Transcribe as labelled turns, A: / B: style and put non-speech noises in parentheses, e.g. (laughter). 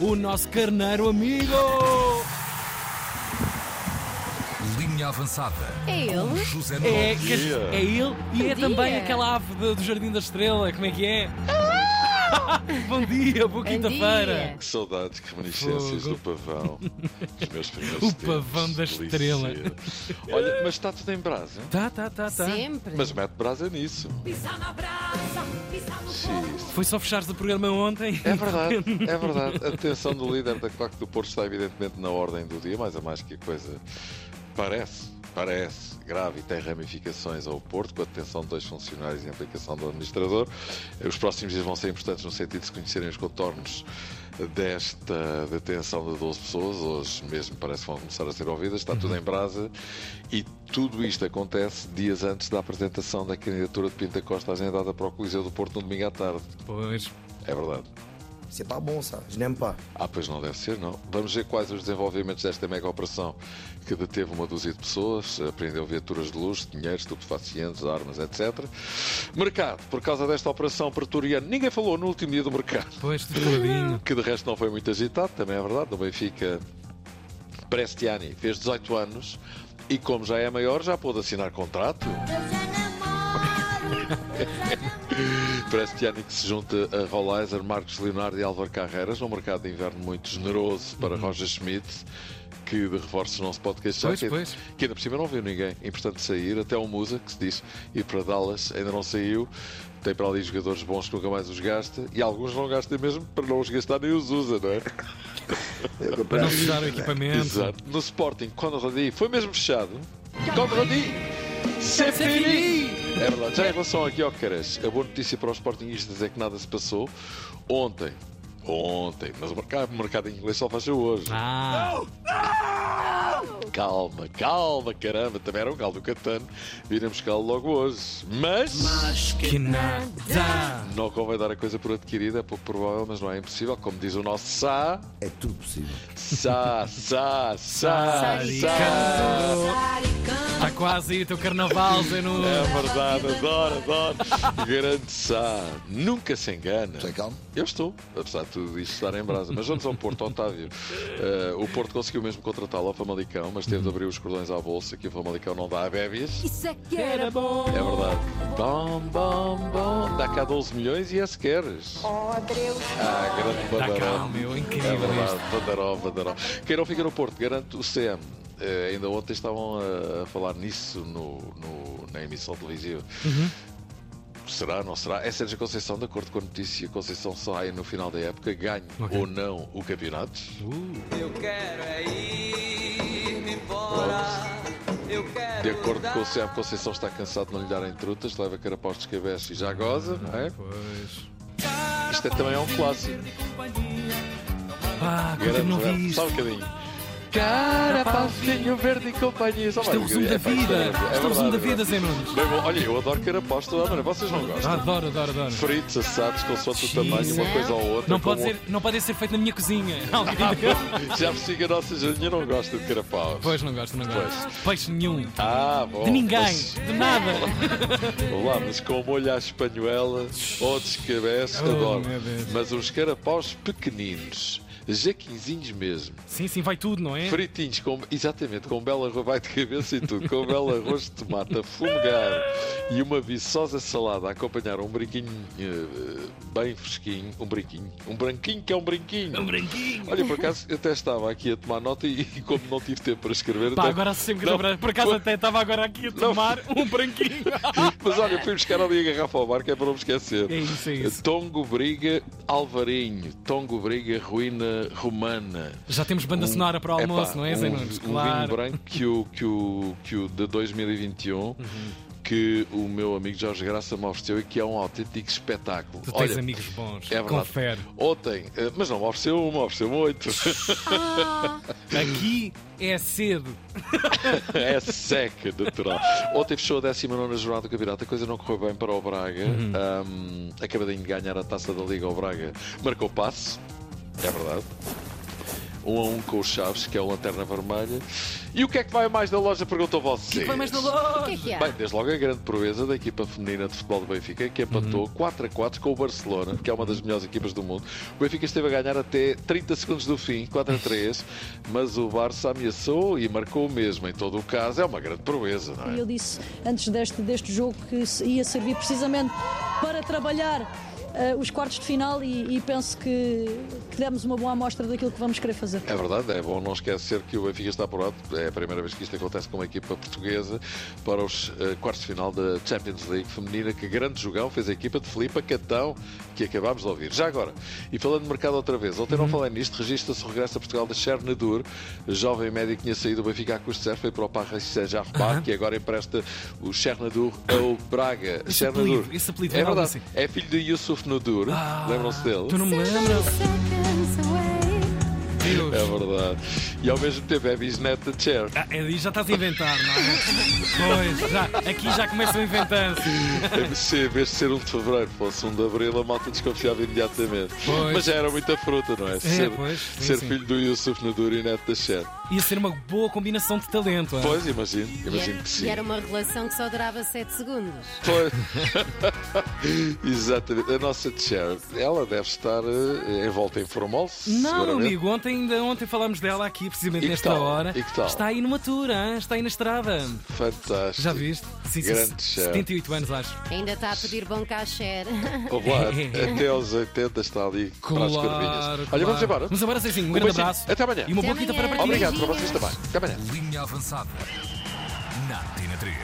A: o nosso carneiro amigo.
B: Linha avançada.
C: É ele?
B: Com José
A: É,
B: Nunes.
A: que- é ele e é
C: dia.
A: também aquela ave de- do Jardim da Estrela, como é que é? (laughs) Bom dia, boa quinta-feira.
D: Que saudades, que reminiscências
A: Fogo.
D: do pavão. Dos meus primeiros
A: (laughs) O
D: tempos
A: pavão
D: de
A: da estrela.
D: policia. Olha, mas está tudo em brasa.
A: Tá, tá, tá, tá.
C: Sempre.
D: Mas mete brasa nisso.
E: Pisar na brasa, pisar no fogo.
D: Jeez.
A: Foi só fechares o programa ontem.
D: É verdade, é verdade. (laughs) A detenção do líder da Claque do Porto está evidentemente na ordem do dia, mais a mais que a coisa parece, parece grave e tem ramificações ao Porto, com a detenção de dois funcionários e a implicação do administrador. Os próximos dias vão ser importantes no sentido de se conhecerem os contornos desta detenção de 12 pessoas. Hoje mesmo parece que vão começar a ser ouvidas, está tudo em brasa. E tudo isto acontece dias antes da apresentação da candidatura de Pinta Costa agendada para o Coliseu do Porto no domingo à tarde.
A: Pois,
D: É verdade.
F: C'est pas bon ça, je n'aime pas.
D: Ah, pois não deve ser, não. Vamos ver quais os desenvolvimentos desta mega operação que deteve uma dúzia de pessoas, apreendeu viaturas de luxo, dinheiro, estupefacientes, armas, etc. Mercado, por causa desta operação pretoriana, ninguém falou no último dia do mercado, (laughs)
A: pois, tudo caladinho.
D: que de resto não foi muito agitado, também é verdade. No Benfica, Prestiani fez 18 anos e, como já é maior, já pôde assinar contrato. Prestiani que se junta a Rolaiser, Marcos Leonardo e Álvaro Carreiras num mercado de inverno muito generoso
A: Uhum.
D: para Roger Schmidt, que de reforços não se pode queixar.
A: Pois,
D: que,
A: pois.
D: que ainda por cima não viu ninguém. Importante sair, até o Musa, que se diz ir para Dallas, ainda não saiu. Tem para ali jogadores bons que nunca mais os gasta e alguns não gasta mesmo para não os gastar nem os usa, não é?
A: Para não fechar o equipamento.
D: Exato. No Sporting, Conradi foi mesmo fechado. Conradi, c'est fini! É verdade. Já em relação aqui ao Caras, a boa notícia para os Sportingistas é que nada se passou. Ontem, ontem, mas o mercado, o mercado em inglês só faz hoje.
A: Ah,
D: Calma, calma, caramba, também era um galo do Catano. Viremos galo logo hoje. Mas.
A: que nada.
D: Não convém dar a coisa por adquirida, é pouco provável, mas não é impossível. Como diz o nosso Sá.
F: Et tout possible.
D: Sá, Sá,
C: Tá
D: Sá, Sá.
A: Saricando. Está Tá quase aí o teu carnaval, Zé Nunes.
D: É verdade, adoro, adoro. (laughs) Grande Sá, nunca se engana.
F: Très calme.
D: Eu estou, apesar de tudo isto estar em brasa. Mas vamos ao Porto, Otávio. Eh, o Porto conseguiu mesmo contratá-lo ao Famalicão, mas teve de abrir os cordões à bolsa, que o Famalicão não dá a bébias.
E: Isso é que era bom.
D: É verdade. Bom, bom, bom. Dá cá 12 milhões e é sequeres. Oh, Deus. Ah, grande
A: Dá cá,
D: bandarol.
A: Tá meu,
D: É
A: incrível
D: verdade,
A: isto.
D: bandarol, bandarol. Quem não fica no Porto, garanto o CM. Eh, ainda ontem estavam a, a falar nisso no, no- na emissão televisiva.
A: Uhum.
D: Será, não será? É Sérgio Conceição, de acordo com a notícia, Conceição sai no final da época, ganhe
A: Ok.
D: ou não o campeonato.
A: Uh,
G: Eu quero é ir-me embora. Eu quero
D: De acordo
G: dar
D: com o CM, Conceição está cansado de não lhe darem trutas, leva carapaus de cabeça e já goza, não é?
A: pois.
D: Isto é, também é um clássico.
A: Pá, quanto tempo
D: Grande,
A: não vi
D: grande. Só um
A: isto.
D: bocadinho. Cara, Paulinho Verde e companhia. um Isto
A: Isto é o resumo da vida. Isto é o resumo da vida, Zé Nunes.
D: Olha, eu adoro carapaus de toda a maneira. Vocês não gostam?
A: Adoro, adoro, adoro.
D: Fritos, assados, consoante o
A: Sim.
D: tamanho, uma
C: Não.
D: coisa ou outra.
A: Não pode,
D: como-
A: ser, não pode ser feito na minha cozinha. (laughs) Alguém deu.
D: (laughs) Já percebi que a nossa Jardim não gosta de carapaus.
A: Pois não gosto, não gosto. Peixe nenhum. De
D: Ah, bom.
A: ninguém.
D: mas-
A: De nada.
D: Lá, mas com o molho à espanhola, ou descabeço,
A: Oh,
D: adoro.
A: meu Deus.
D: Mas uns carapaus pequeninos, jaquinzinhos mesmo.
A: Sim, sim, vai tudo, não é?
D: Fritinhos, com, exatamente, com um belo arroz vai de cabeça e tudo, com um belo arroz de tomate a fumegar e uma viçosa salada a acompanhar um brinquinho eh, bem fresquinho, um brinquinho, um branquinho que é um brinquinho. Um branquinho! Olha, por acaso, eu até estava aqui a tomar nota e, e como não tive tempo para escrever...
A: Pá,
D: até-
A: agora sempre que
D: Não,
A: lembrar. Por acaso
D: foi-
A: até estava agora aqui a tomar um
D: (laughs)
A: branquinho.
D: Mas olha, fui buscar ali a garrafa ao bar, que é para não me esquecer.
A: É isso, é isso.
D: Tongo Briga Alvarinho, Tongo Briga Ruína Romana.
A: Já temos banda sonora para o
D: Um, Epá,
A: almoço, não é, Zé
D: um-
A: Nunes?
D: Um, vinho branco que o, que o, que o de 2021
A: Uhum.
D: que o meu amigo Jorge Graça me ofereceu e que é um autêntico espetáculo.
A: Tu tens
D: Olha,
A: amigos bons.
D: é verdade.
A: Confere.
D: Ontem, eh, mas não me ofereceu uma, ofereceu-me oito. (laughs)
A: Aqui é cedo.
D: é seca, natural. Ontem fechou a 19 jornada do campeonato, a coisa não correu bem para o Braga.
A: Uhum.
D: Um, acabadinho de ganhar a taça da Liga ao Braga, marcou passe, é verdade. um a um com o Chaves, que é o Lanterna Vermelha. E o que é que vai mais da loja? Perguntou vocês. O que
A: Vai mais na
C: O
A: loja.
C: que é que há?
D: Bem, desde logo a grande proeza da equipa feminina de futebol do Benfica, que empatou 4 a 4 com o Barcelona, que é uma das melhores equipas do mundo. O Benfica esteve a ganhar até 30 segundos do fim, 4 a 3, mas o Barça ameaçou e marcou o mesmo. Em todo o caso, é uma grande proeza, não
H: E
D: é?
H: eu disse antes deste, deste jogo que se- ia servir precisamente para trabalhar eh, os quartos de final e, e penso que, que demos uma boa amostra daquilo que vamos querer fazer.
D: É verdade, é bom não esquecer que o Benfica está apurado, é a primeira vez que isto acontece com uma equipa portuguesa, para os eh, quartos de final da Champions League feminina, que grande jogão fez a equipa de Filipa Catão, que acabámos de ouvir. Já agora, e falando de mercado outra vez, ontem
A: Uhum.
D: não falei nisto, registra-se o regresso a Portugal de Chernadur, jovem médico que tinha saído do Benfica a custo zero, foi para o Paris Saint-Germain, que agora empresta o Chernadur ao Braga.
A: Esse
D: Chernadur.
A: apelido, esse apelido
D: é
A: vem logo
D: verdade,
A: assim.
D: é filho de Yusuf Nudur, lembram-se dele?
A: Ah, Tu não me lembras?
C: é
A: Deus.
D: É verdade. E ao mesmo tempo é bisneta de Cher.
A: Ah, é, aí já estás a inventar,
D: (laughs)
A: não é? Pois, já, aqui já começam a inventar.
D: É Se em vez de ser 1 de Fevereiro fosse 1 de Abril, a malta desconfiava imediatamente.
A: Pois.
D: Mas já era muita fruta, não é? ser
A: pois, sim,
D: ser
A: sim. Ah.
D: filho do Yusuf Nadur e neto da Cher.
A: Ia ser uma boa combinação de talento. é?
D: Pois, imagino,
C: E
D: imagino
C: era-
D: que
C: E
D: sim.
C: era uma relação que só durava 7 segundos.
D: Pois. (laughs) Exatamente. A nossa Cher, ela deve estar eh, envolta em formol,
A: Não,
D: seguramente.
A: amigo, ontem, ainda ontem falámos dela aqui, precisamente
D: E que
A: nesta
D: tal?
A: hora.
D: E que tal?
A: Está aí numa tour, hein? está aí na estrada.
D: Fantástico.
A: Já viste? Sim, sim,
D: Grande chefe.
A: 78 anos, acho.
C: Ainda está a pedir bom cachê.
D: Ouve lá, até aos 80 está ali para as curvinhas. Olha,
A: É. claro.
D: vamos embora.
A: Vamos embora, sim, sim. Um
D: Um
A: grande
D: beijinho.
A: abraço.
D: Até amanhã.
A: E uma
C: Até
A: boa quinta para
C: amanhã.
A: partir.
D: Obrigado para
C: Beijinhos.
D: vocês também. Até amanhã.
B: Linha avançada. Na Tina 3.